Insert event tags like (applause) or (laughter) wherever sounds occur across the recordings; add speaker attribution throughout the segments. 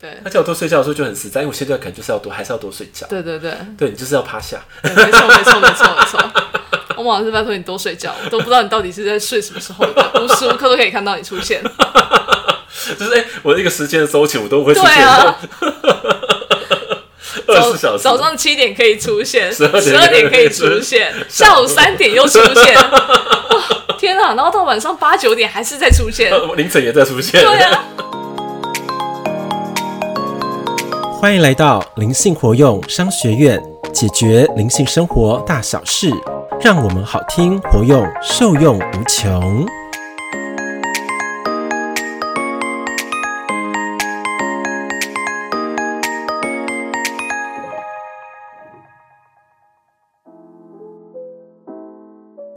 Speaker 1: 对
Speaker 2: 他叫我多睡觉的时候就很实在，因为我现在可能就是要多，还是要多睡觉。
Speaker 1: 对对对，
Speaker 2: 对你就是要趴下， (laughs)
Speaker 1: 对没错没错没错没错。我们老师拜托你多睡觉，我都不知道你到底是在睡什么时候的，无时无刻都可以看到你出现。
Speaker 2: 就是哎、我的一个时间的周期，我都会出
Speaker 1: 对
Speaker 2: 现
Speaker 1: 啊， (laughs)
Speaker 2: 二十四
Speaker 1: 早
Speaker 2: 小时。
Speaker 1: 早上七点可以出现，十
Speaker 2: 12点
Speaker 1: 二点可以出现，下午三点又出
Speaker 2: (laughs)
Speaker 1: 现。哇天啊！然后到晚上八九点还是在出现。
Speaker 2: 呃凌晨也在出现。
Speaker 1: 对啊，
Speaker 3: 欢迎来到灵性活用商学院，解决灵性生活大小事，让我们好听活用，受用无穷。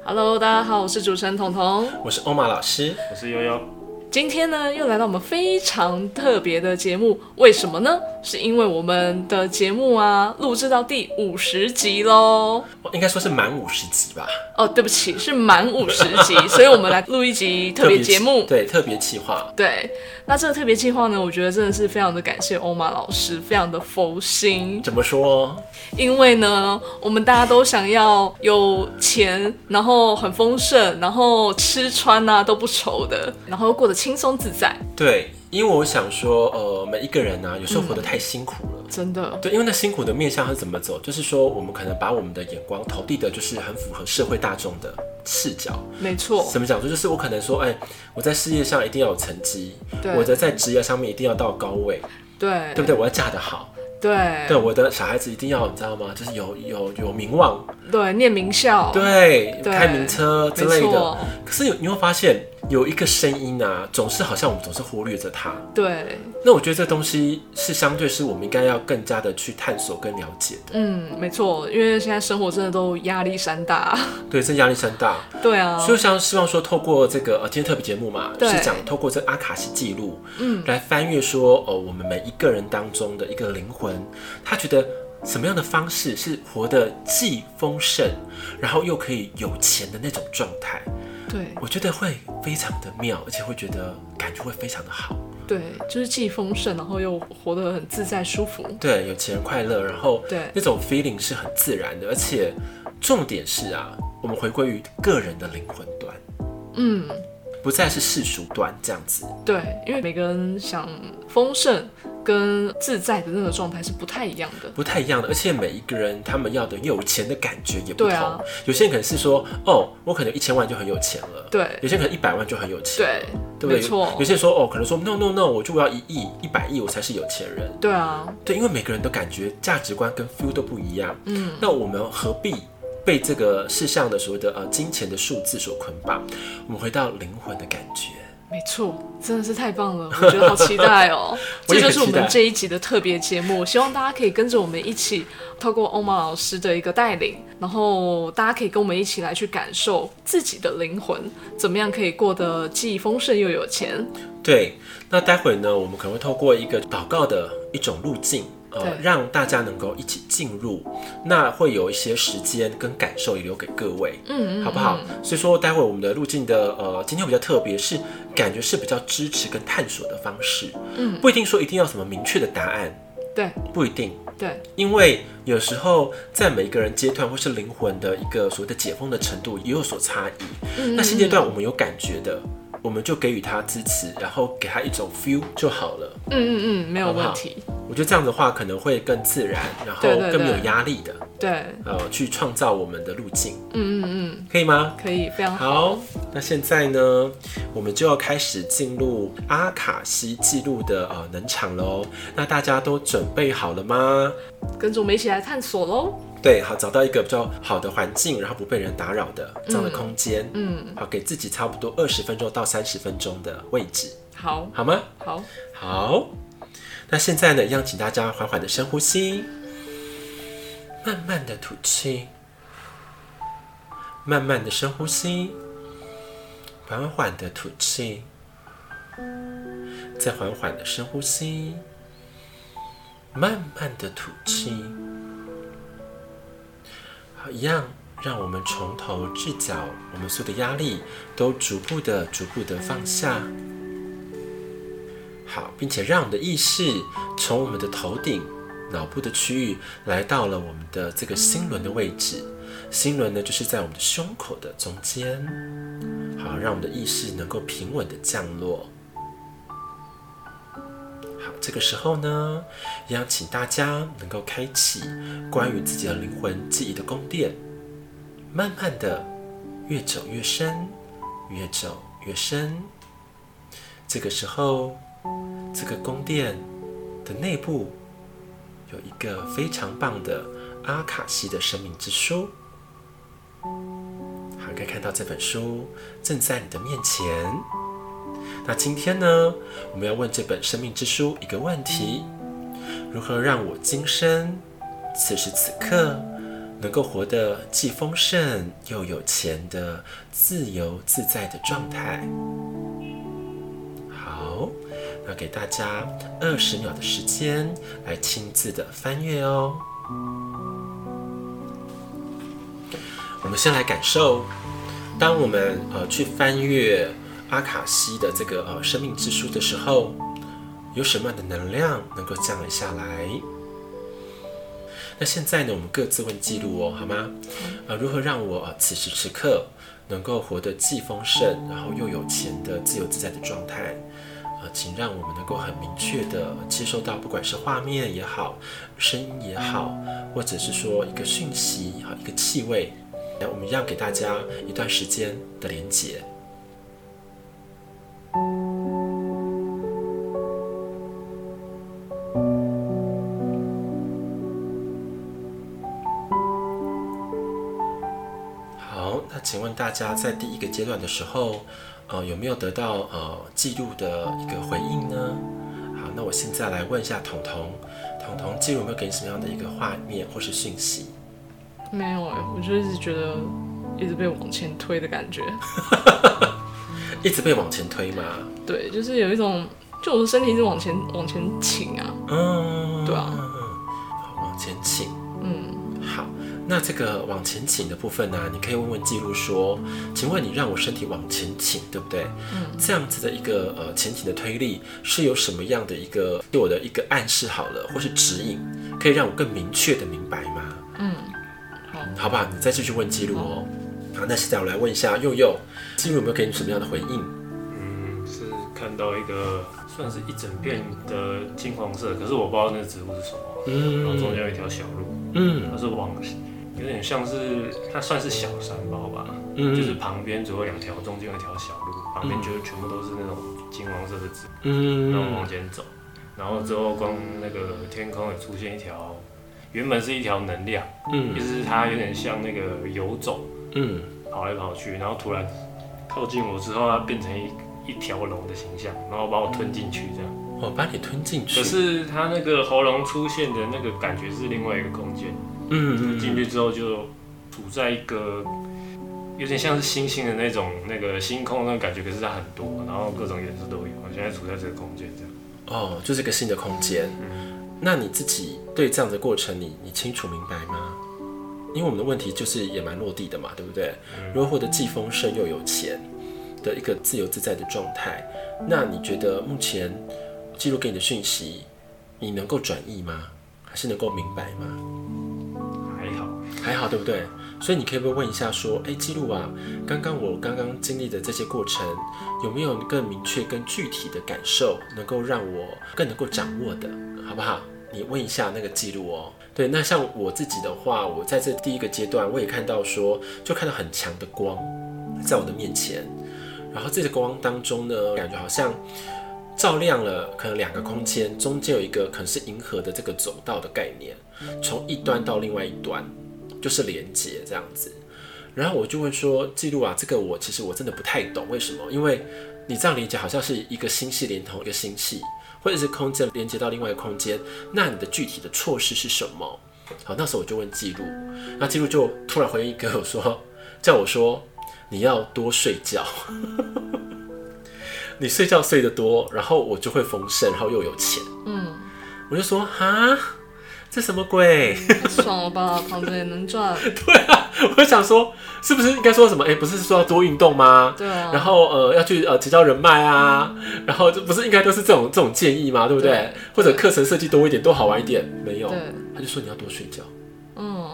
Speaker 1: Hello，大家好，我是主持人彤彤。
Speaker 2: 我是欧玛老师，
Speaker 4: 我是悠悠，
Speaker 1: 今天呢，又来到我们非常特别的节目，为什么呢？是因为我们的节目啊，录制到第五十集喽。
Speaker 2: 我应该说是满五十集吧，
Speaker 1: 哦，对不起，是满五十 (laughs) 集，所以我们来录一集特别节目。
Speaker 2: 对特别企划。
Speaker 1: 对，那这个特别计划呢，我觉得真的是非常的感谢欧玛老师，非常的佛心，
Speaker 2: 怎么说？
Speaker 1: 因为呢，我们大家都想要有钱，然后很丰盛，然后吃穿啊都不愁的，然后过得轻松自在，
Speaker 2: 对，因为我想说，呃，每一个人呢、有时候活
Speaker 1: 嗯
Speaker 2: 得太辛苦了。
Speaker 1: 真的，
Speaker 2: 对，因为那辛苦的面向是怎么走？就是说，我们可能把我们的眼光投递的，就是很符合社会大众的视角。
Speaker 1: 没错，
Speaker 2: 怎么讲说？就是我可能说，哎、我在事业上一定要有成绩，
Speaker 1: 对
Speaker 2: 我的在职业上面一定要到高位，
Speaker 1: 对，
Speaker 2: 对不对？我要嫁得好，
Speaker 1: 对
Speaker 2: 对，我的小孩子一定要，你知道吗？就是有有有名望，
Speaker 1: 对，念名校，
Speaker 2: 对，
Speaker 1: 哦对
Speaker 2: 开名车之类
Speaker 1: 没
Speaker 2: 的
Speaker 1: 错。
Speaker 2: 可是有你会发现，有一个声音啊，总是好像我们总是忽略着它。
Speaker 1: 对，
Speaker 2: 那我觉得这东西是相对是我们应该要更加的去探索跟了解的。
Speaker 1: 嗯，没错，因为现在生活真的都压力山大，
Speaker 2: 对，这压力山大，
Speaker 1: 对啊，
Speaker 2: 所以我想希望说，透过这个呃今天特别节目嘛，
Speaker 1: 对
Speaker 2: 是讲透过这阿卡西记录，嗯，来翻阅说呃我们每一个人当中的一个灵魂，他觉得什么样的方式是活得既丰盛，然后又可以有钱的那种状态，
Speaker 1: 对
Speaker 2: 我觉得会非常的妙，而且会觉得感觉会非常的好。
Speaker 1: 对，就是既丰盛，然后又活得很自在舒服，
Speaker 2: 对，有钱快乐，然后
Speaker 1: 对
Speaker 2: 那种 feeling 是很自然的，而且重点是啊，我们回归于个人的灵魂端，
Speaker 1: 嗯。
Speaker 2: 不再是世俗端这样子。
Speaker 1: 对，因为每个人想丰盛跟自在的那个状态是不太一样的。
Speaker 2: 不太一样的，而且每一个人他们要的有钱的感觉也不
Speaker 1: 对
Speaker 2: 同。
Speaker 1: 啊
Speaker 2: 有些人可能是说，哦，我可能一千万就很有钱了，
Speaker 1: 对
Speaker 2: 有些人可能一百万就很有钱，
Speaker 1: 对，
Speaker 2: 对不对？
Speaker 1: 没错
Speaker 2: 有，些人说，哦，可能说 no no no，我就要一亿、一百亿，我才是有钱人。
Speaker 1: 对啊，
Speaker 2: 对，因为每个人的感觉、价值观跟 feel 都不一样。嗯，那我们何必被这个世上的所谓的呃金钱的数字所捆绑？我们回到灵魂的感觉。。
Speaker 1: 没错，真的是太棒了，我觉得好期待哦
Speaker 2: (laughs) 我
Speaker 1: 这
Speaker 2: 也
Speaker 1: 就
Speaker 2: 很
Speaker 1: 是我
Speaker 2: 期
Speaker 1: 们
Speaker 2: 待
Speaker 1: 这一集的特别节目，希望大家可以跟着我们一起，透过欧玛老师的一个带领，然后大家可以跟我们一起来去感受自己的灵魂，怎么样可以过得既丰盛又有钱。
Speaker 2: 对，那待会呢，我们可能会透过一个祷告的一种路径，
Speaker 1: 对
Speaker 2: 呃，让大家能够一起进入。那会有一些时间跟感受也留给各位，嗯嗯好不好？所以说，待会我们的路径的呃，今天比较特别，是感觉是比较支持跟探索的方式，嗯，不一定说一定要什么明确的答案，
Speaker 1: 对
Speaker 2: 不一定。
Speaker 1: 对
Speaker 2: 因为有时候在每一个人阶段或是灵魂的一个所谓的解封的程度也有所差异。
Speaker 1: 嗯
Speaker 2: 那现阶段我们有感觉的，我们就给予他支持，然后给他一种 feel 就好了。
Speaker 1: 嗯嗯嗯，没有
Speaker 2: 好不好
Speaker 1: 问题。
Speaker 2: 我觉得这样的话可能会更自然，然后
Speaker 1: 对对对
Speaker 2: 更没有压力的，
Speaker 1: 对，
Speaker 2: 呃，去创造我们的路径，
Speaker 1: 嗯嗯嗯，
Speaker 2: 可以吗？
Speaker 1: 可以，非常好。
Speaker 2: 好，那现在呢，我们就要开始进入阿卡西记录的呃能场喽。那大家都准备好了吗？
Speaker 1: 跟着我们一起来探索喽。
Speaker 2: 对，好，找到一个比较好的环境，然后不被人打扰的这样的空间，嗯，好，给自己差不多二十分钟到三十分钟的位置，
Speaker 1: 好
Speaker 2: 好吗？
Speaker 1: 好，
Speaker 2: 好，那现在呢，一样，请大家缓缓的深呼吸，慢慢的吐气，慢慢的深呼吸，缓缓的吐气，再缓缓的深呼吸，慢慢的吐气。好，一样，让我们从头至脚，我们所有的压力都逐步的、逐步的放下。好，并且让我们的意识从我们的头顶、脑部的区域来到了我们的这个心轮的位置。心轮呢，就是在我们的胸口的中间。好，让我们的意识能够平稳的降落。好，这个时候呢，一样请大家能够开启关于自己的灵魂记忆的宫殿，慢慢的越走越深，越走越深。这个时候，这个宫殿的内部有一个非常棒的阿卡西的生命之书。好，可以看到这本书正在你的面前。那今天呢，我们要问这本生命之书一个问题：如何让我今生此时此刻能够活得既丰盛又有钱的自由自在的状态？好，那呃给大家二十秒的时间来亲自的翻阅哦。我们先来感受，当我们呃去翻阅阿卡西的这个呃生命之书的时候，有什么样的能量能够降临下来？那现在呢，我们各自问记录哦，好吗？呃，如何让我、呃、此时此刻能够活得既丰盛，然后又有钱的自由自在的状态？呃，请让我们能够很明确的接受到，不管是画面也好，声音也好，或者是说一个讯息也好，一个气味。那我们让给大家一段时间的连接。好，那请问大家在第一个阶段的时候，呃，有没有得到呃记录的一个回应呢？好，那我现在来问一下彤彤，彤彤记录有没有给你什么样的一个画面或是讯息？
Speaker 1: 没有哎、我就一直觉得一直被往前推的感觉。
Speaker 2: 一直被往前推吗？
Speaker 1: 对，就是有一种，就我的身体一直往前往前倾啊。
Speaker 2: 嗯，
Speaker 1: 对啊
Speaker 2: 好，往前倾。
Speaker 1: 嗯，
Speaker 2: 好，那这个往前倾的部分呢、你可以问问记录说，请问你让我身体往前倾，对不对？嗯，这样子的一个呃前倾的推力是有什么样的一个对我的一个暗示好了，或是指引，可以让我更明确的明白吗？
Speaker 1: 好，
Speaker 2: 好不好？你再继续问记录哦。好，那现在我来问一下佑佑，记录有没有给你什么样的回应？
Speaker 4: 嗯，是看到一个算是一整片的金黄色，可是我不知道那个植物是什么。然后中间
Speaker 2: 嗯
Speaker 4: 有一条小路，
Speaker 2: 嗯
Speaker 4: 它是往，有点像是它算是小山包吧，
Speaker 2: 嗯，
Speaker 4: 就是旁边左右两条，中间有一条小路，旁边就全部都是那种金黄色的植物，
Speaker 2: 嗯
Speaker 4: 然后往前走，然后之后光那个天空也出现一条，原本是一条能量，
Speaker 2: 嗯
Speaker 4: 就是它有点像那个游走，
Speaker 2: 嗯
Speaker 4: 跑来跑去，然后突然靠近我之后，它变成一一条龙的形象，然后把我吞进去这样。
Speaker 2: 我哦把你吞进去。
Speaker 4: 可是它那个喉咙出现的那个感觉是另外一个空间，
Speaker 2: 嗯，嗯
Speaker 4: 进去之后就处在一个有点像是星星的那种那个星空那种感觉，可是它很多，然后各种颜色都有。我现在处在这个空间这样。
Speaker 2: 哦，就是一个新的空间。那你自己对这样的过程你，你清楚明白吗？因为我们的问题就是也蛮落地的嘛，对不对？如何获得既丰盛又有钱的一个自由自在的状态？那你觉得目前记录给你的讯息，你能够转译吗？还是能够明白吗？
Speaker 4: 还好，
Speaker 2: 还好，对不对？所以你可以不可以问一下说，哎，记录啊，刚刚我刚刚经历的这些过程，有没有更明确、更具体的感受，能够让我更能够掌握的，好不好？你问一下那个记录哦。对，那像我自己的话，我在这第一个阶段，我也看到说，就看到很强的光在我的面前，然后这个光当中呢，感觉好像照亮了可能两个空间，中间有一个可能是银河的这个走道的概念，从一端到另外一端。就是连接这样子。然后我就问说：“记录啊，这个我其实我真的不太懂，为什么？因为你这样理解好像是一个星系连同一个星系，或者是空间连接到另外一个空间，那你的具体的措施是什么？”好，那时候我就问记录，那记录就突然回应给我说，叫我说你要多睡觉， (laughs) 你睡觉睡得多，然后我就会丰盛，然后又有钱。嗯，我就说哈，这什么鬼？
Speaker 1: 太爽了吧，躺着也能赚，
Speaker 2: 对啊，我想说，是不是应该说什么？哎、不是说要多运动吗？
Speaker 1: 对啊，
Speaker 2: 然后呃，要去呃结交人脉啊，然后这不是应该都是这种这种建议吗？对不对？
Speaker 1: 对
Speaker 2: 或者课程设计多一点，多好玩一点，没有
Speaker 1: 对，，
Speaker 2: 他就说你要多睡觉，
Speaker 1: 嗯，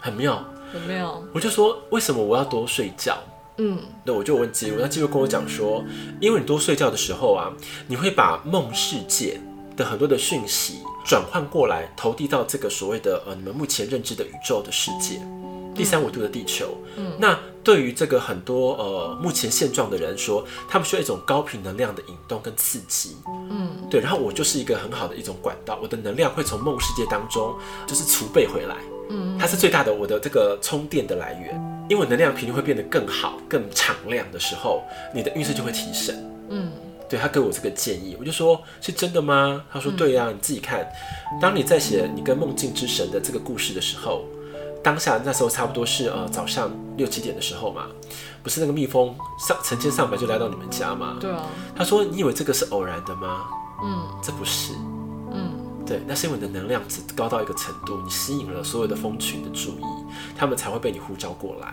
Speaker 2: 很妙。
Speaker 1: 有没有？
Speaker 2: 我就说为什么我要多睡觉？
Speaker 1: 嗯，
Speaker 2: 对，我就问基如，那基如跟我讲说，因为你多睡觉的时候啊，你会把梦世界的很多的讯息转换过来，投递到这个所谓的呃你们目前认知的宇宙的世界，第三维度的地球。嗯，那对于这个很多呃目前现状的人说，他们需要一种高频能量的引动跟刺激。嗯，对，然后我就是一个很好的一种管道，我的能量会从梦世界当中就是储备回来。嗯，它是最大的我的这个充电的来源。因为能量频率会变得更好、更敞亮的时候，你的运势就会提升。
Speaker 1: 嗯，
Speaker 2: 对他给我这个建议，我就说是真的吗？他说对呀、你自己看。当你在写你跟梦境之神的这个故事的时候，当下那时候差不多是呃早上六七点的时候嘛，不是那个蜜蜂上成千上百就来到你们家嘛？
Speaker 1: 对啊，
Speaker 2: 他说你以为这个是偶然的吗？
Speaker 1: 嗯
Speaker 2: 这不是。
Speaker 1: 嗯，
Speaker 2: 对，那是因为你的能量值高到一个程度，你吸引了所有的蜂群的注意，他们才会被你呼召过来。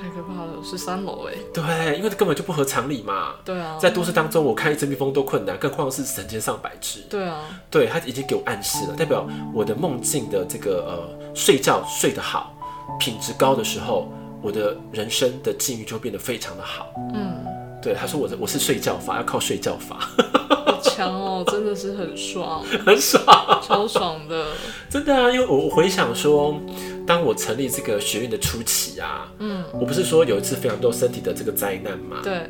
Speaker 1: 太可怕了，十三楼哎，
Speaker 2: 对，因为这根本就不合常理嘛。
Speaker 1: 对啊，
Speaker 2: 在都市当中，我看一只蜜蜂都困难，更何况是成千上百只。
Speaker 1: 对啊，
Speaker 2: 对，它已经给我暗示了，代表我的梦境的这个呃睡觉睡得好，品质高的时候，我的人生的境遇就变得非常的好。
Speaker 1: 嗯，
Speaker 2: 对，他说我的我是睡觉法，要靠睡觉法， (laughs)
Speaker 1: 好强哦，真的是很爽，
Speaker 2: 很爽，
Speaker 1: 超爽的，
Speaker 2: 真的啊！因为我我回想说，当我成立这个学院的初期啊，
Speaker 1: 嗯，
Speaker 2: 我不是说有一次非常多身体的这个灾难嘛，
Speaker 1: 对，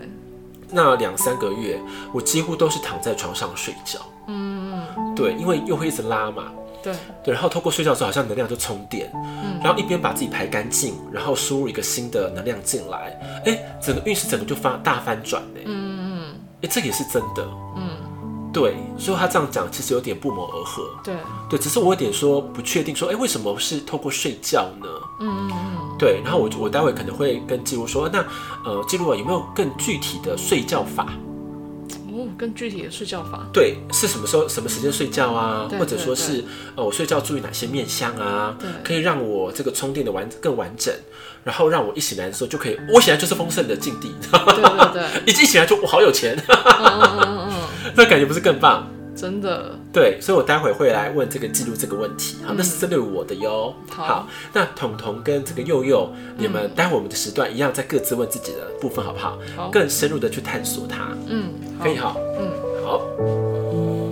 Speaker 2: 那两三个月，我几乎都是躺在床上睡觉。
Speaker 1: 嗯
Speaker 2: 对，因为又会一直拉嘛，
Speaker 1: 嗯，对，
Speaker 2: 对，然后透过睡觉之后，好像能量就充电，
Speaker 1: 嗯
Speaker 2: 然后一边把自己排干净，然后输入一个新的能量进来，哎，整个运势整个就发大翻转哎，
Speaker 1: 嗯嗯
Speaker 2: 哎，这个也是真的，
Speaker 1: 嗯，
Speaker 2: 对，所以他这样讲其实有点不谋而合，
Speaker 1: 对，
Speaker 2: 对，只是我有点说不确定说，哎，为什么是透过睡觉呢？
Speaker 1: 嗯嗯嗯，
Speaker 2: 对，然后我我待会可能会跟记录说，那呃，记录啊有没有更具体的睡觉法？
Speaker 1: 哦，更具体的睡觉法， (laughs)
Speaker 2: 对，是什么时候、什么时间睡觉啊？
Speaker 1: 对
Speaker 2: 或者说
Speaker 1: 对
Speaker 2: 是呃，我睡觉注意哪些面相啊
Speaker 1: 对？
Speaker 2: 可以让我这个充电的完更完整，然后让我一醒来的时候就可以，我醒来就是丰盛的境地， (laughs)
Speaker 1: 对对对，
Speaker 2: 一一醒来就我好有钱， (laughs)
Speaker 1: 嗯嗯嗯嗯
Speaker 2: 那感觉不是更棒？
Speaker 1: 嗯，真的，
Speaker 2: 对，所以我待会会来问这个记录这个问题。好，那是针对我的哟。
Speaker 1: 嗯好
Speaker 2: 那彤彤跟这个佑佑，你们待会我们的时段一样，再各自问自己的部分，好不好？
Speaker 1: 好
Speaker 2: 更深入的去探索它，
Speaker 1: 嗯，
Speaker 2: 可以，好。
Speaker 1: 嗯，
Speaker 2: 好。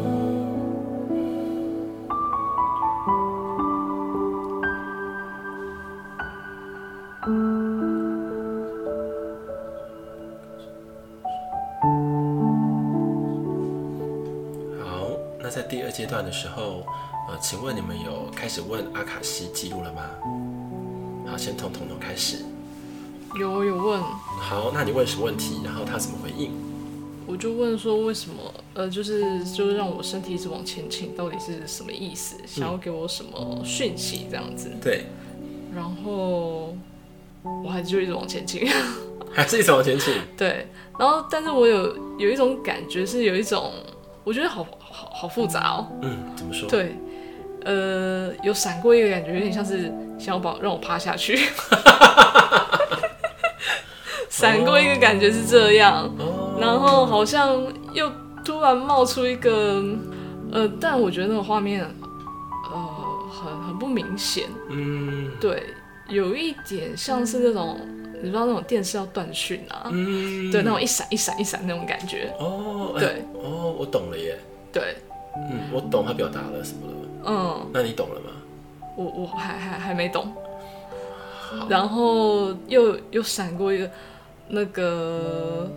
Speaker 2: 好，那在第二阶段的时候，呃，请问你们有开始问阿卡西记录了吗？好，先从彤彤开始。
Speaker 1: 有我有问，
Speaker 2: 好，那你问什么问题？然后他怎么回应？
Speaker 1: 我就问说为什么，呃，就是就让我身体一直往前倾，到底是什么意思？想
Speaker 2: 嗯
Speaker 1: 要给我什么讯息这样子？
Speaker 2: 对，
Speaker 1: 然后我还就一直往前倾， (laughs)
Speaker 2: 还是一直往前请。
Speaker 1: 对。然后，但是我有有一种感觉是有一种，我觉得好好好复杂哦。
Speaker 2: 嗯，怎么说？
Speaker 1: 对，呃，有闪过一个感觉，有点像是想要把让我趴下去， (laughs) 闪过一个感觉是这样，
Speaker 2: 哦，
Speaker 1: 然后好像又突然冒出一个，呃，但我觉得那个画面，呃，很很不明显，
Speaker 2: 嗯
Speaker 1: 对，有一点像是那种，你知道那种电视要断讯啊，
Speaker 2: 嗯，
Speaker 1: 对，那种一闪一闪一闪那种感觉，
Speaker 2: 哦，哎
Speaker 1: 对
Speaker 2: 哦，我懂了耶，
Speaker 1: 对，
Speaker 2: 嗯，我懂他表达了什么了，
Speaker 1: 嗯。
Speaker 2: 那你懂了吗？
Speaker 1: 我我还还还没懂，然后又又闪过一个那个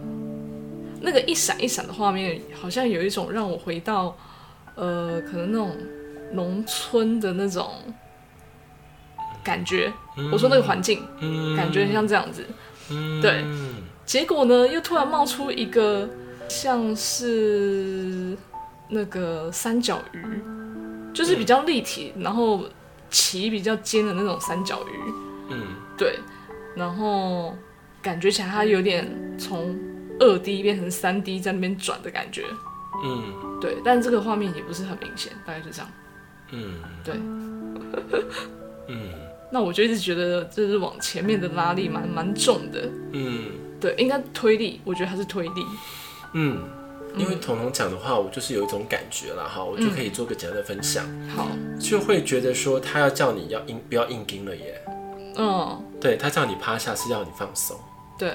Speaker 1: 那个一闪一闪的画面，好像有一种让我回到呃，可能那种农村的那种感觉。我说那个环境，
Speaker 2: 嗯
Speaker 1: 感觉很像这样子。
Speaker 2: 嗯
Speaker 1: 对结果呢，又突然冒出一个像是那个三角鱼，就是比较立体，然后鳍比较尖的那种三角鱼。
Speaker 2: 嗯，
Speaker 1: 对，然后感觉起来它有点从二 D 变成三 D 在那边转的感觉，
Speaker 2: 嗯
Speaker 1: 对，但这个画面也不是很明显，大概就这样。
Speaker 2: 嗯嗯
Speaker 1: 对，
Speaker 2: (laughs) 嗯
Speaker 1: 那我就一直觉得这是往前面的拉力蛮蛮重的，
Speaker 2: 嗯
Speaker 1: 对，应该推力，我觉得它是推力，
Speaker 2: 嗯，因为彤彤讲的话，我就是有一种感觉啦哈，我就可以做个简单的分享，
Speaker 1: 好，
Speaker 2: 就会觉得说他要叫你要硬不要硬盯了耶，
Speaker 1: 嗯，
Speaker 2: 对他叫你趴下是要你放松，
Speaker 1: 对，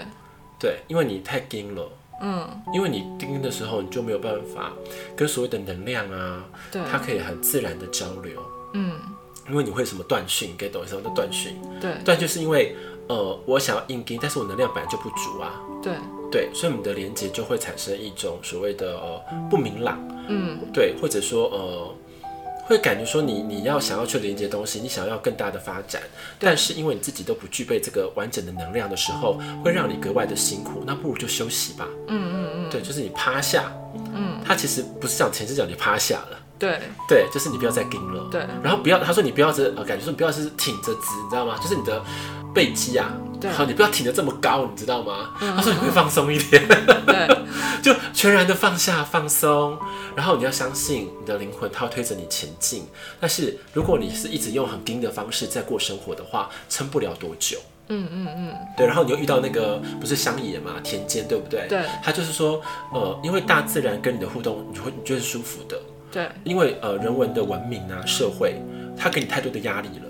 Speaker 2: 对，因为你太盯了。
Speaker 1: 嗯，
Speaker 2: 因为你盯的时候，你就没有办法跟所谓的能量啊，
Speaker 1: 对，
Speaker 2: 它可以很自然的交流。
Speaker 1: 嗯，
Speaker 2: 因为你会什么断讯，你可以懂什么叫断讯？
Speaker 1: 对，
Speaker 2: 断就是因为呃，我想要硬盯，但是我能量本来就不足啊，
Speaker 1: 对，
Speaker 2: 对，所以我们的连接就会产生一种所谓的呃不明朗，
Speaker 1: 嗯，
Speaker 2: 对，或者说呃。会感觉说你你要想要去连接东西，你想要更大的发展，但是因为你自己都不具备这个完整的能量的时候，会让你格外的辛苦。那不如就休息吧。嗯嗯嗯。对，就是你趴下。嗯。他其实不是讲前是讲你趴下了，
Speaker 1: 对，
Speaker 2: 对，就是你不要再盯了。
Speaker 1: 对
Speaker 2: 然后不要，他说你不要是呃，感觉说你不要是挺着直，你知道吗？就是你的背肌啊，
Speaker 1: 对嗯
Speaker 2: 好，你不要挺得这么高，你知道吗？他说你会放松一点，
Speaker 1: 对，
Speaker 2: (laughs) 就全然的放下放松，然后你要相信你的灵魂，它会推着你前进。但是如果你是一直用很盯的方式在过生活的话，撑不了多久。
Speaker 1: 嗯嗯嗯，
Speaker 2: 对，然后你又遇到那个不是乡野嘛，田间，对不对？
Speaker 1: 对
Speaker 2: 他就是说，呃，因为大自然跟你的互动，你会你觉得舒服的，
Speaker 1: 对，
Speaker 2: 因为呃人文的文明啊，社会，它给你太多的压力了。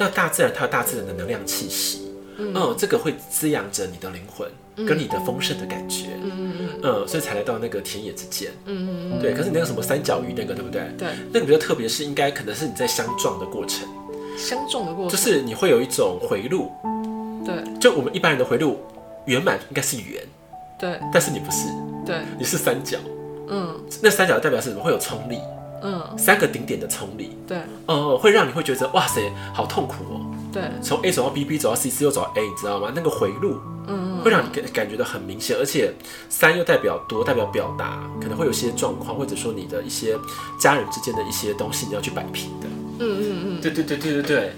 Speaker 2: 那大自然它有大自然的能量气息，嗯、这个会滋养着你的灵魂，跟你的丰盛的感觉，嗯嗯所以才来到那个田野之间，嗯嗯对。可是你那个什么三角鱼那个，对不对？
Speaker 1: 对，
Speaker 2: 那个比较特别，是应该可能是你在相撞的过程，
Speaker 1: 相撞的过
Speaker 2: 就
Speaker 1: 程，
Speaker 2: 是你会有一种回路，
Speaker 1: 对，
Speaker 2: 就我们一般人的回路圆满应该是圆，
Speaker 1: 对，
Speaker 2: 但是你不是，
Speaker 1: 对，
Speaker 2: 你是三角。
Speaker 1: 嗯
Speaker 2: 那三角代表是什么？会有冲力，
Speaker 1: 嗯，
Speaker 2: 三个顶点的冲力，
Speaker 1: 对，
Speaker 2: 呃，会让你会觉得哇塞，好痛苦哦。
Speaker 1: 对，
Speaker 2: 从 A 走到 B，B 走到 C，C 又走到 A，你知道吗？那个回路，嗯，会让你感感觉到很明显，而且三又代表多，代表表达，可能会有一些状况，或者说你的一些家人之间的一些东西，你要去摆平的。
Speaker 1: 嗯嗯
Speaker 2: 对对对对对对，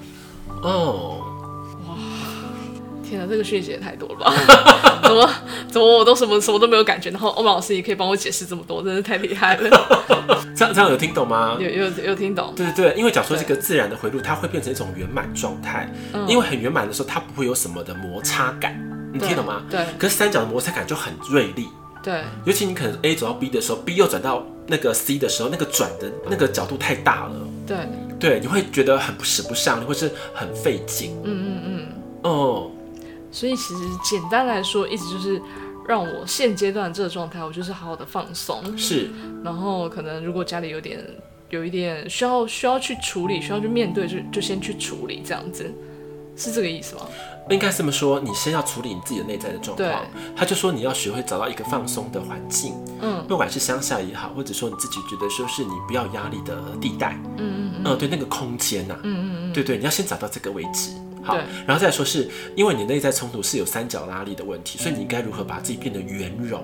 Speaker 2: 哦，
Speaker 1: 嗯，天哪，这个学姐也太多了
Speaker 2: (laughs)
Speaker 1: 吧？怎么怎么我都什么什么都没有感觉，然后欧曼老师也可以帮我解释这么多，真是太厉害
Speaker 2: (laughs)
Speaker 1: 了，
Speaker 2: 这样这样有听懂吗？
Speaker 1: 有有有听懂？
Speaker 2: 对对对，因为假如说这个自然的回路，它会变成一种圆满状态，
Speaker 1: 嗯
Speaker 2: 因为很圆满的时候，它不会有什么的摩擦感，你听懂吗？
Speaker 1: 对对
Speaker 2: 可是三角的摩擦感就很锐利，
Speaker 1: 对
Speaker 2: 尤其你可能 A 走到 B 的时候，B 又转到那个 C 的时候，那个转的那个角度太大了，
Speaker 1: 对，
Speaker 2: 对，你会觉得很不使不上力，或是很费劲。嗯嗯嗯。哦，
Speaker 1: 所以其实简单来说，一直就是让我现阶段这个状态，我就是好好的放松，
Speaker 2: 是，
Speaker 1: 然后可能如果家里有点有一点需要需要去处理，需要去面对，就就先去处理，这样子是这个意思吗？
Speaker 2: 应该是这么说，你先要处理你自己的内在的状
Speaker 1: 对
Speaker 2: 况。他就说你要学会找到一个放松的环境，
Speaker 1: 嗯
Speaker 2: 不管是乡下也好，或者说你自己觉得说是你不要压力的地带，
Speaker 1: 嗯嗯
Speaker 2: 嗯、对，那个空间呐、
Speaker 1: 嗯嗯
Speaker 2: 对对，你要先找到这个位置。好
Speaker 1: 对，
Speaker 2: 然后再来说是因为你内在冲突是有三角拉力的问题，所以你应该如何把自己变得圆融？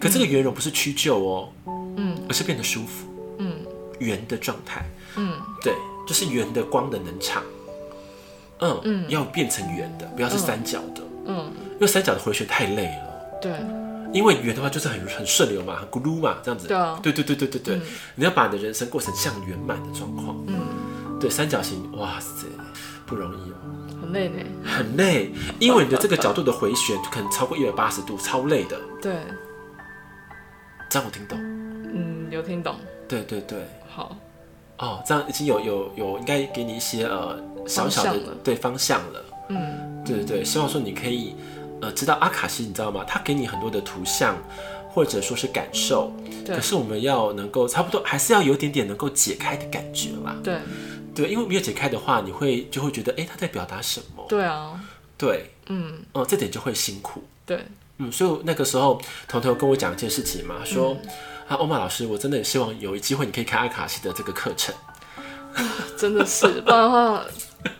Speaker 2: 可这个圆融不是屈就哦，
Speaker 1: 嗯，
Speaker 2: 而是变得舒服，
Speaker 1: 嗯，
Speaker 2: 圆的状态，
Speaker 1: 嗯，
Speaker 2: 对，就是圆的光的能场，嗯嗯，要变成圆的，不要是三角的，
Speaker 1: 嗯，
Speaker 2: 因为三角的回旋太累了。
Speaker 1: 对
Speaker 2: 因为圆的话就是很很顺流嘛，很咕噜嘛，这样子。
Speaker 1: 对啊
Speaker 2: 对对对对对对你要把你的人生过程像圆满的状况。嗯，对，三角形，哇塞，不容易哦，
Speaker 1: 很累呢。
Speaker 2: 很累，因为你的这个角度的回旋可能超过一百八十度，超累的。
Speaker 1: 对，
Speaker 2: 这样我听懂。
Speaker 1: 嗯，有听懂。
Speaker 2: 对对对，
Speaker 1: 好，
Speaker 2: 哦，这样已经有有有，应该给你一些呃小小
Speaker 1: 方
Speaker 2: 的
Speaker 1: 向了
Speaker 2: 对方向了。
Speaker 1: 嗯，
Speaker 2: 对对对，希望说你可以呃知道阿卡西，你知道吗？它给你很多的图像，或者说是感受。
Speaker 1: 对
Speaker 2: 可是我们要能够差不多，还是要有一点点能够解开的感觉啦。
Speaker 1: 对
Speaker 2: 对，因为没有解开的话，你会就会觉得，哎、他在表达什么？
Speaker 1: 对啊，
Speaker 2: 对，
Speaker 1: 嗯，
Speaker 2: 嗯，这点就会辛苦。
Speaker 1: 对
Speaker 2: 嗯，所以那个时候，彤彤有跟我讲一件事情嘛，说、啊，欧玛老师，我真的也希望有机会你可以开阿卡西的这个课程。
Speaker 1: 真的是，不然的话，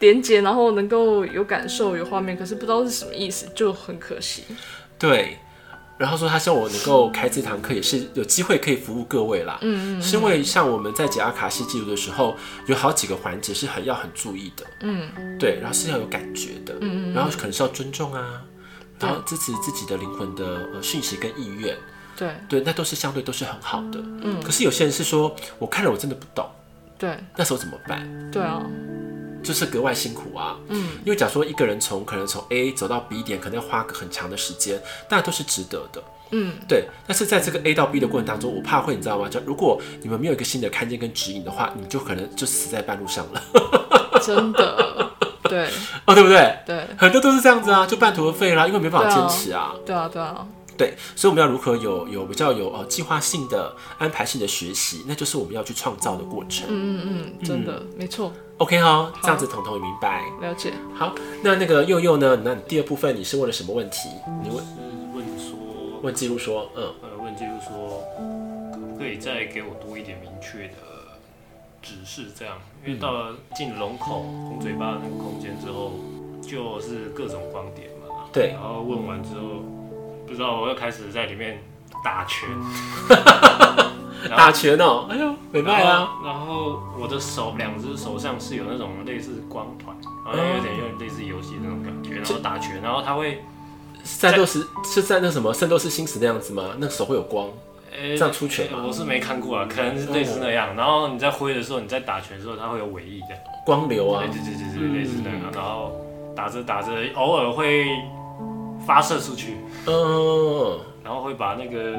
Speaker 1: 连接然后能够有感受、有画面，可是不知道是什么意思，就很可惜。
Speaker 2: 对，然后说他希望我能够开这堂课，也是有机会可以服务各位啦。嗯嗯是因为像我们在解阿卡西记录的时候，有好几个环节是很要很注意的。嗯，对，然后是要有感觉的。嗯然后可能是要尊重啊，然后支持自己的灵魂的呃讯息跟意愿，
Speaker 1: 对
Speaker 2: 嗯对，那都是相对都是很好的。嗯，可是有些人是说，我看了我真的不懂。
Speaker 1: 对
Speaker 2: 那时候怎么办？
Speaker 1: 对啊，
Speaker 2: 就是格外辛苦啊。
Speaker 1: 嗯，
Speaker 2: 因为假如说一个人从可能从 A 走到 B 点，可能要花个很长的时间，那都是值得的。
Speaker 1: 嗯，
Speaker 2: 对。但是在这个 A 到 B 的过程当中，我怕会你知道吗？就如果你们没有一个新的看见跟指引的话，你就可能就死在半路上了， (laughs)
Speaker 1: 真的，对
Speaker 2: 哦，对不对？
Speaker 1: 对
Speaker 2: 很多都是这样子啊，就半途而废啦，因为没办法
Speaker 1: 对啊
Speaker 2: 坚持啊。
Speaker 1: 对啊对啊，
Speaker 2: 对，所以我们要如何有有比较有呃计划性的安排性的学习，那就是我们要去创造的过程。
Speaker 1: 嗯嗯，真的没错，
Speaker 2: OK 哈，这样子彤彤也明白。
Speaker 1: 了解。
Speaker 2: 好，那那个佑佑呢？那你第二部分你是问了什么问题？你问
Speaker 4: 是问说，
Speaker 2: 问记录说，嗯，
Speaker 4: 呃，问就是说，可不可以再给我多一点明确的指示？这样，因为到了进龙口红嘴巴的那个空间之后，就是各种光点嘛。
Speaker 2: 对
Speaker 4: 然后问完之后，不知道我又开始在里面打拳。然后
Speaker 2: 打拳哦、哎呦，没卖啦。
Speaker 4: 啊然后我的手，两只手上是有那种类似光团，然后有点有点类似游戏的那种感觉，然后打拳，然后它会，
Speaker 2: 是战斗时是战斗什么圣斗士星矢那样子吗？那个手会有光，
Speaker 4: 呃
Speaker 2: 这样出拳吗
Speaker 4: 我是没看过啊，可能是类似那样。然后你在挥的时候，你在打拳的时候，它会有尾翼的，
Speaker 2: 光流啊
Speaker 4: 对，对对对对，类似那样。然后打着打着，偶尔会发射出去，
Speaker 2: 嗯，
Speaker 4: 然后会把那个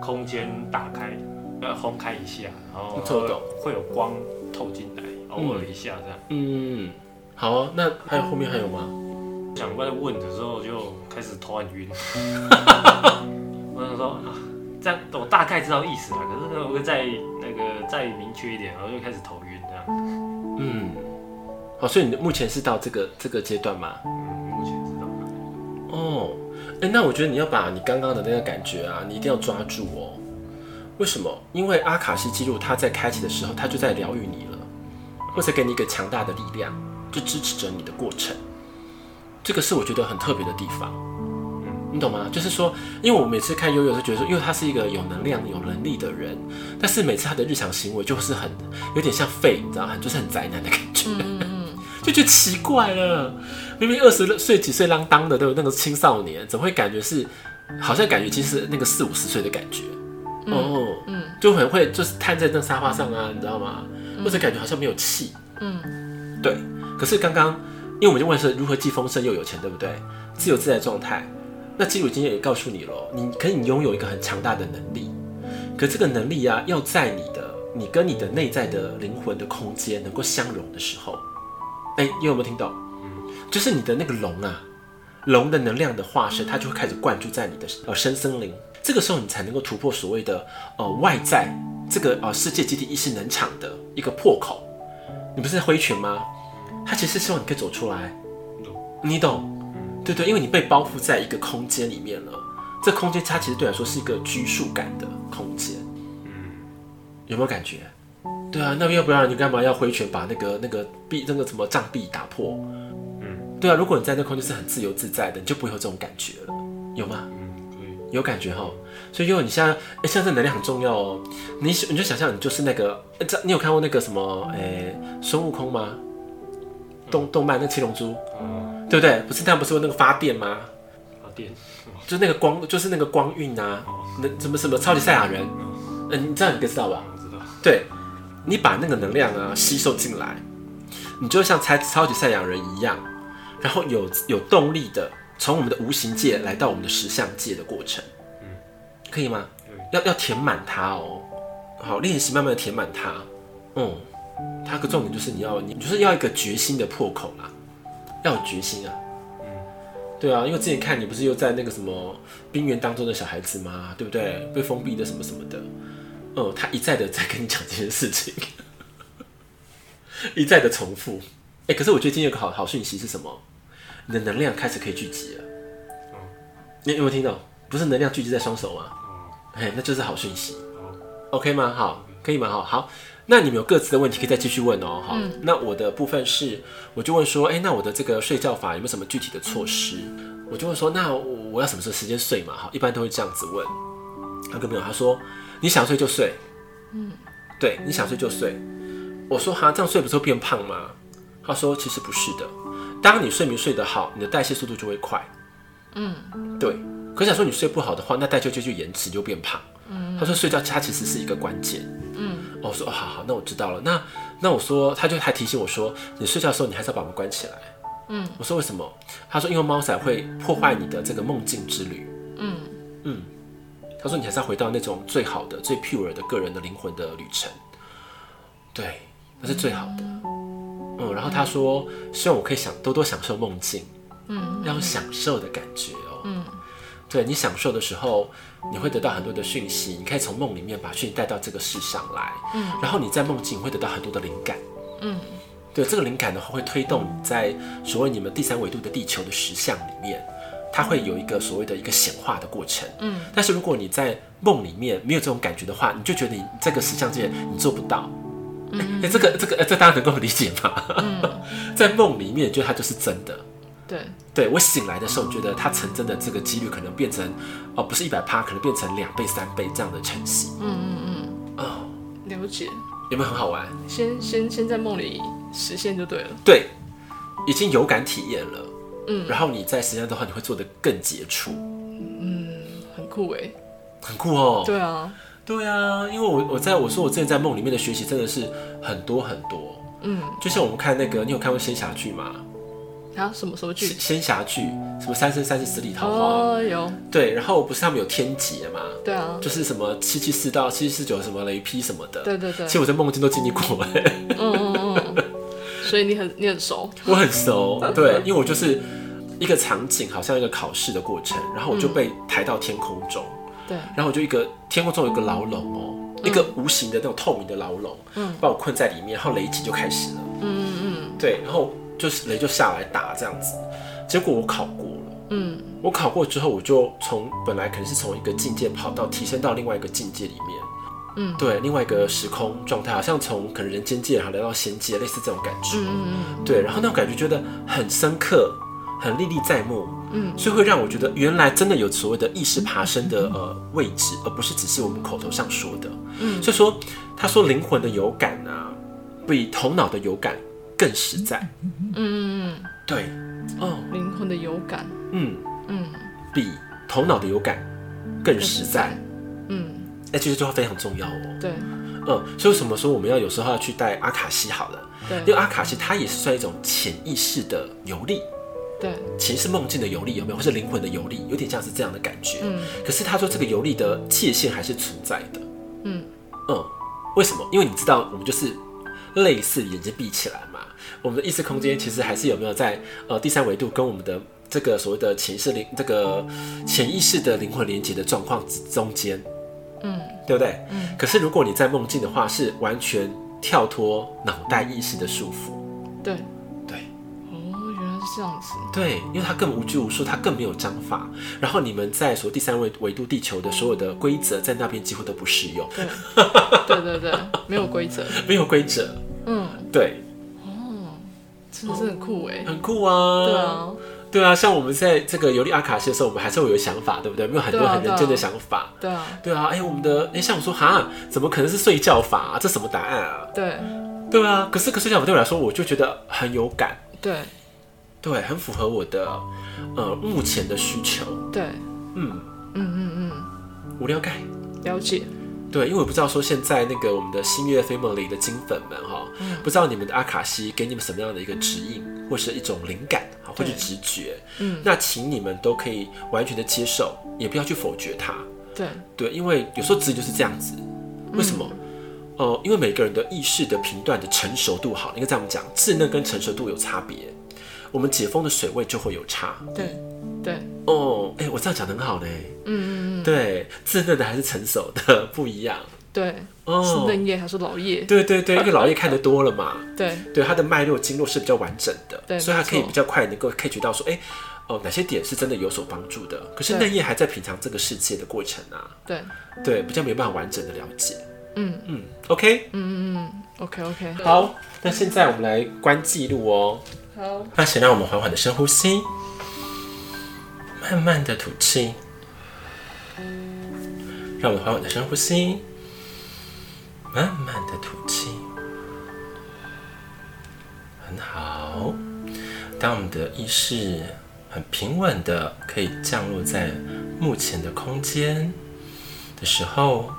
Speaker 4: 空间打开，呃，轰开一下，然后
Speaker 2: 透懂
Speaker 4: 会有光透进来，偶尔一下这样。
Speaker 2: 嗯，好、啊，那还有后面还有吗？
Speaker 4: 想过来问的时候就开始头很晕，我想说啊，这样我大概知道意思了，可是呢，我会再那个再明确一点，然后就开始头晕这样。
Speaker 2: 嗯，好，所以你目前是到这个这个阶段吗？
Speaker 4: 嗯，目前知道。
Speaker 2: 哦，哎、那我觉得你要把你刚刚的那个感觉啊，你一定要抓住哦。为什么？因为阿卡西记录它在开启的时候，它就在疗愈你了，或者给你一个强大的力量，就支持着你的过程。这个是我觉得很特别的地方。你懂吗？就是说，因为我每次看悠悠都觉得说，因为他是一个有能量、有能力的人，但是每次他的日常行为就是很有点像废，你知道，很就是很宅男的感觉，
Speaker 1: 嗯
Speaker 2: 就觉得奇怪了。明明二十岁几岁浪当的都有那个青少年，怎么会感觉是好像感觉其实是那个四五十岁的感觉？哦，嗯，就很会就是瘫在那沙发上啊，你知道吗？或者感觉好像没有气，嗯，对。可是刚刚因为我们就问是如何既丰盛又有钱，对不对？自由自在的状态，那基鲁今天也告诉你了，你可以拥有一个很强大的能力，可这个能力啊，要在你的你跟你的内在的灵魂的空间能够相融的时候，哎、你有没有听懂？就是你的那个龙啊，龙的能量的化身，它就会开始灌注在你的呃深森林。这个时候，你才能够突破所谓的呃外在这个呃世界集体意识能场的一个破口。你不是在挥拳吗？它其实希望你可以走出来，你懂？对对，因为你被包覆在一个空间里面了。这空间它其实对来说是一个拘束感的空间，有没有感觉？对啊，那要不然你干嘛要挥拳把那个那个壁那个什么障壁打破？对啊，如果你在那空间是很自由自在的，你就不会有这种感觉了，有吗？
Speaker 4: 嗯，可以。
Speaker 2: 有感觉哈。所以，因为你现在，哎、现在这能量很重要哦。你想你就想象你就是那个，哎这你有看过那个什么，哎、孙悟空吗？动动漫那七龙珠，
Speaker 4: 哦，
Speaker 2: 对不对？不是他们不是有那个发电吗？
Speaker 4: 发电。
Speaker 2: 就是那个光，就是那个光晕啊，那什么什么超级赛亚人，嗯、你这样你就知道吧？
Speaker 4: 我知道。
Speaker 2: 对，你把那个能量啊吸收进来，你就像超超级赛亚人一样，然后有有动力的从我们的无形界来到我们的实相界的过程，嗯，可以吗？要要填满它哦，好，练习慢慢的填满它，嗯，它个重点就是你要你就是要一个决心的破口啦，要有决心啊。对啊，因为之前看你不是又在那个什么冰原当中的小孩子吗？对不对？被封闭的什么什么的，嗯，他一再的在跟你讲这件事情，一再的重复。哎、可是我觉得今天有个好好讯息是什么？你的能量开始可以聚集了。你有没有听懂？不是能量聚集在双手吗？哎、那就是好讯息。OK 吗？好，可以吗？好，好。那你们有各自的问题，可以再继续问哦。好，那我的部分是，我就问说，哎、那我的这个睡觉法有没有什么具体的措施？我就问说，那我我要什么时候时间睡嘛？哈，一般都会这样子问。他跟朋友他说，你想睡就睡，嗯，对，你想睡就睡。我说哈，这样睡不是会变胖吗？他说其实不是的，当你睡眠睡得好，你的代谢速度就会快，嗯，对。可是想说你睡不好的话，那代谢就就延迟就变胖。他说睡觉它其实是一个关键，嗯，我说哦，好好，那我知道了。那那我说，他就还提醒我说，你睡觉的时候你还是要把门关起来。嗯，我说为什么？他说因为猫仔会破坏你的这个梦境之旅。嗯嗯，他说你还是要回到那种最好的、最 pure 的个人的灵魂的旅程。对，那是最好的。嗯，然后他说希望我可以享多多享受梦境。嗯，要有享受的感觉哦。嗯，对你享受的时候，你会得到很多的讯息，你可以从梦里面把讯息带到这个世上来。嗯，然后你在梦境会得到很多的灵感。嗯，对，这个灵感的话会推动你在所谓你们第三维度的地球的实相里面，它会有一个所谓的一个显化的过程。嗯，但是如果你在梦里面没有这种感觉的话，你就觉得你这个实相界你做不到。哎、这个这个这大家能够理解吗？ (laughs) 在梦里面，你觉得它就是真的。
Speaker 1: 对，
Speaker 2: 对我醒来的时候，觉得它成真的这个几率可能变成，哦，不是一百趴，可能变成两倍、三倍这样的成绩，
Speaker 1: 了解。
Speaker 2: 有没有很好玩？
Speaker 1: 先先先在梦里实现就对了。
Speaker 2: 对，已经有感体验了，嗯，然后你在实践的话，你会做得更杰出，
Speaker 1: 很酷哎。
Speaker 2: 很酷哦。
Speaker 1: 对啊，
Speaker 2: 对啊，因为我我在我说我之前在梦里面的学习真的是很多很多，嗯，就像我们看那个，你有看过仙侠剧吗？
Speaker 1: 啊，什么什么嗯
Speaker 2: 仙
Speaker 1: 剧？
Speaker 2: 仙侠剧什么三生三世十里桃花，
Speaker 1: 哦，有，
Speaker 2: 对，然后不是他们有天劫吗？
Speaker 1: 对啊，
Speaker 2: 就是什么七七四到七七四九什么雷劈什么的。
Speaker 1: 对对嗯对
Speaker 2: 其实我在梦境都经历过，哎，
Speaker 1: 嗯所以你很你很熟。
Speaker 2: (laughs) 我很熟。对，因为我就是一个场景，好像一个考试的过程，然后我就被抬到天空中，
Speaker 1: 对，
Speaker 2: 然后我就一个天空中有一个牢笼哦、
Speaker 1: 嗯
Speaker 2: 一个无形的那种透明的牢笼，嗯，把我困在里面，然后雷击就开始了。嗯嗯嗯。对，然后就是雷就下来打这样子，结果我考过了。
Speaker 1: 嗯，
Speaker 2: 我考过之后，我就从本来可能是从一个境界跑到提升到另外一个境界里面，
Speaker 1: 嗯，
Speaker 2: 对，另外一个时空状态，好像从可能人间界然后来到仙界，类似这种感觉，
Speaker 1: 嗯
Speaker 2: 对，然后那种感觉觉得很深刻，很历历在目，嗯，所以会让我觉得原来真的有所谓的意识爬升的呃位置，而不是只是我们口头上说的，嗯，所以说他说灵魂的有感啊，比头脑的有感更实在，
Speaker 1: 嗯嗯嗯
Speaker 2: 对，哦，
Speaker 1: 嗯，灵魂的有感。
Speaker 2: 嗯，
Speaker 1: 嗯
Speaker 2: 比头脑的有感更实在。
Speaker 1: 嗯，
Speaker 2: 哎、其实这句话非常重要哦。
Speaker 1: 对
Speaker 2: 嗯，所以为什么说我们要有时候要去带阿卡西好了？因为
Speaker 1: 对
Speaker 2: 阿卡西它也是算一种潜意识的游历，
Speaker 1: 对，
Speaker 2: 潜意识梦境的游历有没有，或是灵魂的游历，有点像是这样的感觉。
Speaker 1: 嗯
Speaker 2: 可是他说这个游历的界限还是存在的。
Speaker 1: 嗯
Speaker 2: 嗯，为什么？因为你知道，我们就是类似眼睛闭起来嘛，我们的意识空间其实还是有没有在呃第三维度跟我们的这个所谓的潜意识灵这个潜意识的灵魂连接的状况之中间，
Speaker 1: 嗯
Speaker 2: 对不对？
Speaker 1: 嗯。
Speaker 2: 可是如果你在梦境的话，是完全跳脱脑袋意识的束缚。
Speaker 1: 对。
Speaker 2: 对
Speaker 1: 哦，原来是这样子。
Speaker 2: 对，因为它更无拘无束，它更没有章法。然后你们在所谓第三维维度地球的所有的规则，在那边几乎都不适用，
Speaker 1: 对对对对，没有规则。
Speaker 2: 没有规则。
Speaker 1: 嗯，
Speaker 2: 对，
Speaker 1: 真的是很酷哎。
Speaker 2: 很酷啊。
Speaker 1: 对，啊，
Speaker 2: 对啊，像我们在这个游历阿卡西的时候，我们还是会有想法，对不对？没有很多
Speaker 1: 对啊
Speaker 2: 很认真的想法。
Speaker 1: 对啊，
Speaker 2: 对啊，哎、我们的哎，像我说哈，怎么可能是睡觉法、啊？这什么答案啊？
Speaker 1: 对
Speaker 2: 对啊，可是可是睡觉法对我来说，我就觉得很有感，
Speaker 1: 对
Speaker 2: 对，很符合我的呃目前的需求。
Speaker 1: 对，
Speaker 2: 嗯，
Speaker 1: 嗯嗯嗯，
Speaker 2: 无聊盖。
Speaker 1: 了解。
Speaker 2: 对，因为我不知道说现在那个我们的新月 family 的金粉们哈，
Speaker 1: 嗯
Speaker 2: 不知道你们的阿卡西给你们什么样的一个指引，或是一种灵感，哈或是
Speaker 1: 对
Speaker 2: 直觉，
Speaker 1: 嗯，
Speaker 2: 那请你们都可以完全的接受，也不要去否决它。
Speaker 1: 对
Speaker 2: 对，因为有时候直觉就是这样子，
Speaker 1: 嗯
Speaker 2: 为什么？呃，因为每个人的意识的频段的成熟度好，应该这样讲，稚嫩跟成熟度有差别，我们解封的水位就会有差。
Speaker 1: 对对，
Speaker 2: 哦，哎、我这样讲得很好呢。
Speaker 1: 嗯嗯嗯，
Speaker 2: 对，稚嫩的还是成熟的不一样。
Speaker 1: 对，
Speaker 2: 哦，
Speaker 1: 是嫩叶还是老叶？
Speaker 2: 对对对，因为老叶看得多了
Speaker 1: (laughs)
Speaker 2: 嘛，
Speaker 1: 对
Speaker 2: 对它的脉络经络是比较完整的，
Speaker 1: 对
Speaker 2: 所以它可以
Speaker 1: 没错
Speaker 2: 比较快能够 catch 到说，哎、哦、哪些点是真的有所帮助的。可是
Speaker 1: 对
Speaker 2: 嫩叶还在品尝这个世界的过程啊，
Speaker 1: 对，
Speaker 2: 对，比较没办法完整的了解。
Speaker 1: 嗯
Speaker 2: 嗯，OK，
Speaker 1: ，OK OK，，
Speaker 2: 好，那现在我们来关记录哦。
Speaker 1: 好，
Speaker 2: 那先让我们缓缓的深呼吸，慢慢的吐气，让我们缓缓的深呼吸，慢慢的吐气，很好。当我们的意识很平稳的可以降落在目前的空间的时候，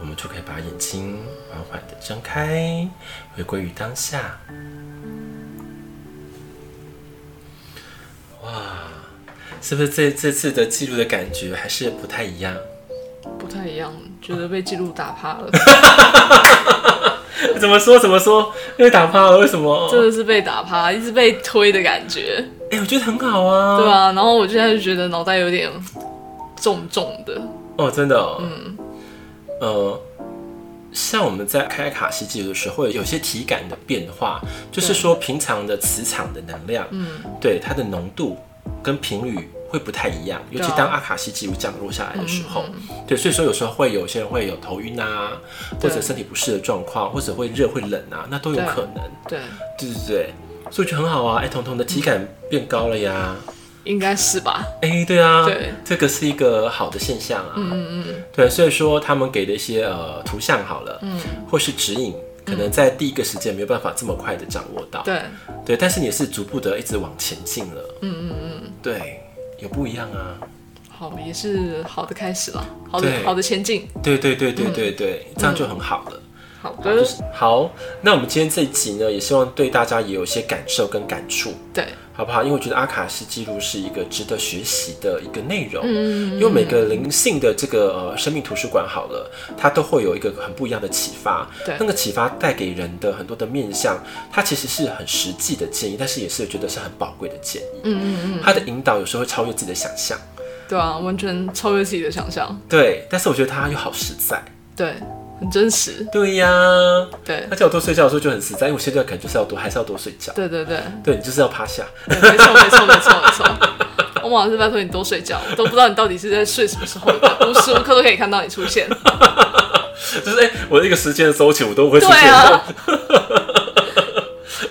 Speaker 2: 我们就可以把眼睛缓缓的睁开，回归于当下。哇，是不是这这次的记录的感觉还是不太一样？ (laughs)
Speaker 1: 不太一样，觉得被记录打趴了，
Speaker 2: 怎么说怎么说？因为打趴了，为什么？哦
Speaker 1: 真的是被打趴，一直被推的感觉，
Speaker 2: 哎、我觉得很好啊。
Speaker 1: 对啊，然后我现在就觉得脑袋有点重重的，
Speaker 2: 哦，真的、哦，嗯，呃，像我们在开卡西记录的时候，会有些体感的变化，就是
Speaker 1: 对
Speaker 2: 说平常的磁场的能量，嗯，对它的浓度跟频率会不太一样，尤其
Speaker 1: 对啊嗯
Speaker 2: 当阿卡西记录降落下来的时候，对，所以说有时候会有些人会有头晕啊，或者
Speaker 1: 对
Speaker 2: 身体不适的状况，或者会热会冷啊，那都有
Speaker 1: 对
Speaker 2: 可能，
Speaker 1: 对，
Speaker 2: 对对对，所以我觉得很好啊，哎、彤彤的体感变高了呀。
Speaker 1: 应该是吧？
Speaker 2: 哎、对啊，
Speaker 1: 对
Speaker 2: 这个是一个好的现象啊。嗯嗯对，所以说他们给的一些呃图像好了，嗯，或是指引，可能在第一个时间没有办法这么快的掌握到，
Speaker 1: 对，
Speaker 2: 对，但是你也是逐步的一直往前进了。嗯嗯嗯，对，有不一样啊。
Speaker 1: 好，也是好的开始了，好的
Speaker 2: 对
Speaker 1: 好的前进，
Speaker 2: 对对对对对对，这样就很好了。
Speaker 1: 好的，
Speaker 2: 好，那我们今天这一集呢，也希望对大家也有一些感受跟感触。
Speaker 1: 对
Speaker 2: 好不好？因为我觉得阿卡西记录是一个值得学习的一个内容，
Speaker 1: 嗯
Speaker 2: 因为每个灵性的这个呃生命图书馆好了，它都会有一个很不一样的启发，
Speaker 1: 对
Speaker 2: 那个启发带给人的很多的面向，它其实是很实际的建议，但是也是我觉得是很宝贵的建议，嗯嗯嗯，它的引导有时候会超越自己的想象，
Speaker 1: 对啊，完全超越自己的想象，
Speaker 2: 对，但是我觉得它又好实在，
Speaker 1: 对，很真实，
Speaker 2: 对呀、
Speaker 1: 对
Speaker 2: 他叫我多睡觉的时候就很实在，因为我现在可能就是要多还是要多睡觉，
Speaker 1: 对对对。
Speaker 2: 对你就是要趴下，
Speaker 1: 对没错，没错，没错，没错。欧盟老师拜托你多睡觉，我都不知道你到底是在睡什么时候的，无时无刻都可以看到你出 (laughs) 现。
Speaker 2: 就是哎、我的一个时间的周期我都会出
Speaker 1: 对
Speaker 2: 现
Speaker 1: 啊，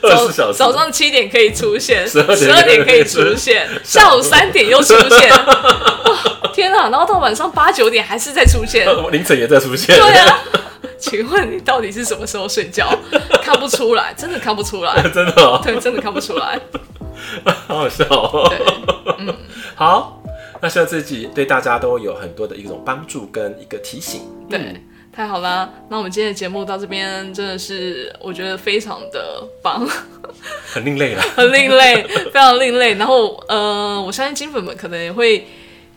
Speaker 2: 二十
Speaker 1: 早
Speaker 2: 小时，
Speaker 1: 早上七点可以出现，十
Speaker 2: 12
Speaker 1: 二点可以出现，下午三点又出现。哇，天啊！然后到晚上八九点还是在出现。
Speaker 2: (laughs) 呃凌晨也在出现，
Speaker 1: 对啊，请问你到底是什么时候睡觉？看不出来，真的看不出来。
Speaker 2: (laughs) 真的、哦，
Speaker 1: 对，真的看不出来。
Speaker 2: 好好笑、哦。
Speaker 1: 对，嗯
Speaker 2: (laughs) 好，那希望这集对大家都有很多的一种帮助跟一个提醒。
Speaker 1: 对，太好啦！那我们今天的节目到这边，真的是我觉得非常的棒， (laughs)
Speaker 2: 很另类啦。
Speaker 1: 很另
Speaker 2: (laughs)
Speaker 1: 类，非常另类。然后，呃，我相信金粉们可能也会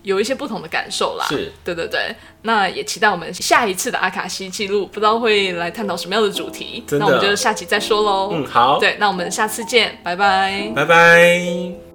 Speaker 1: 有一些不同的感受啦。
Speaker 2: 是，
Speaker 1: 对对对。那也期待我们下一次的阿卡西记录，不知道会来探讨什么样的主题。
Speaker 2: 真的
Speaker 1: 那我们就下集再说喽。
Speaker 2: 嗯，好，
Speaker 1: 对，那我们下次见，拜拜。
Speaker 2: 拜拜。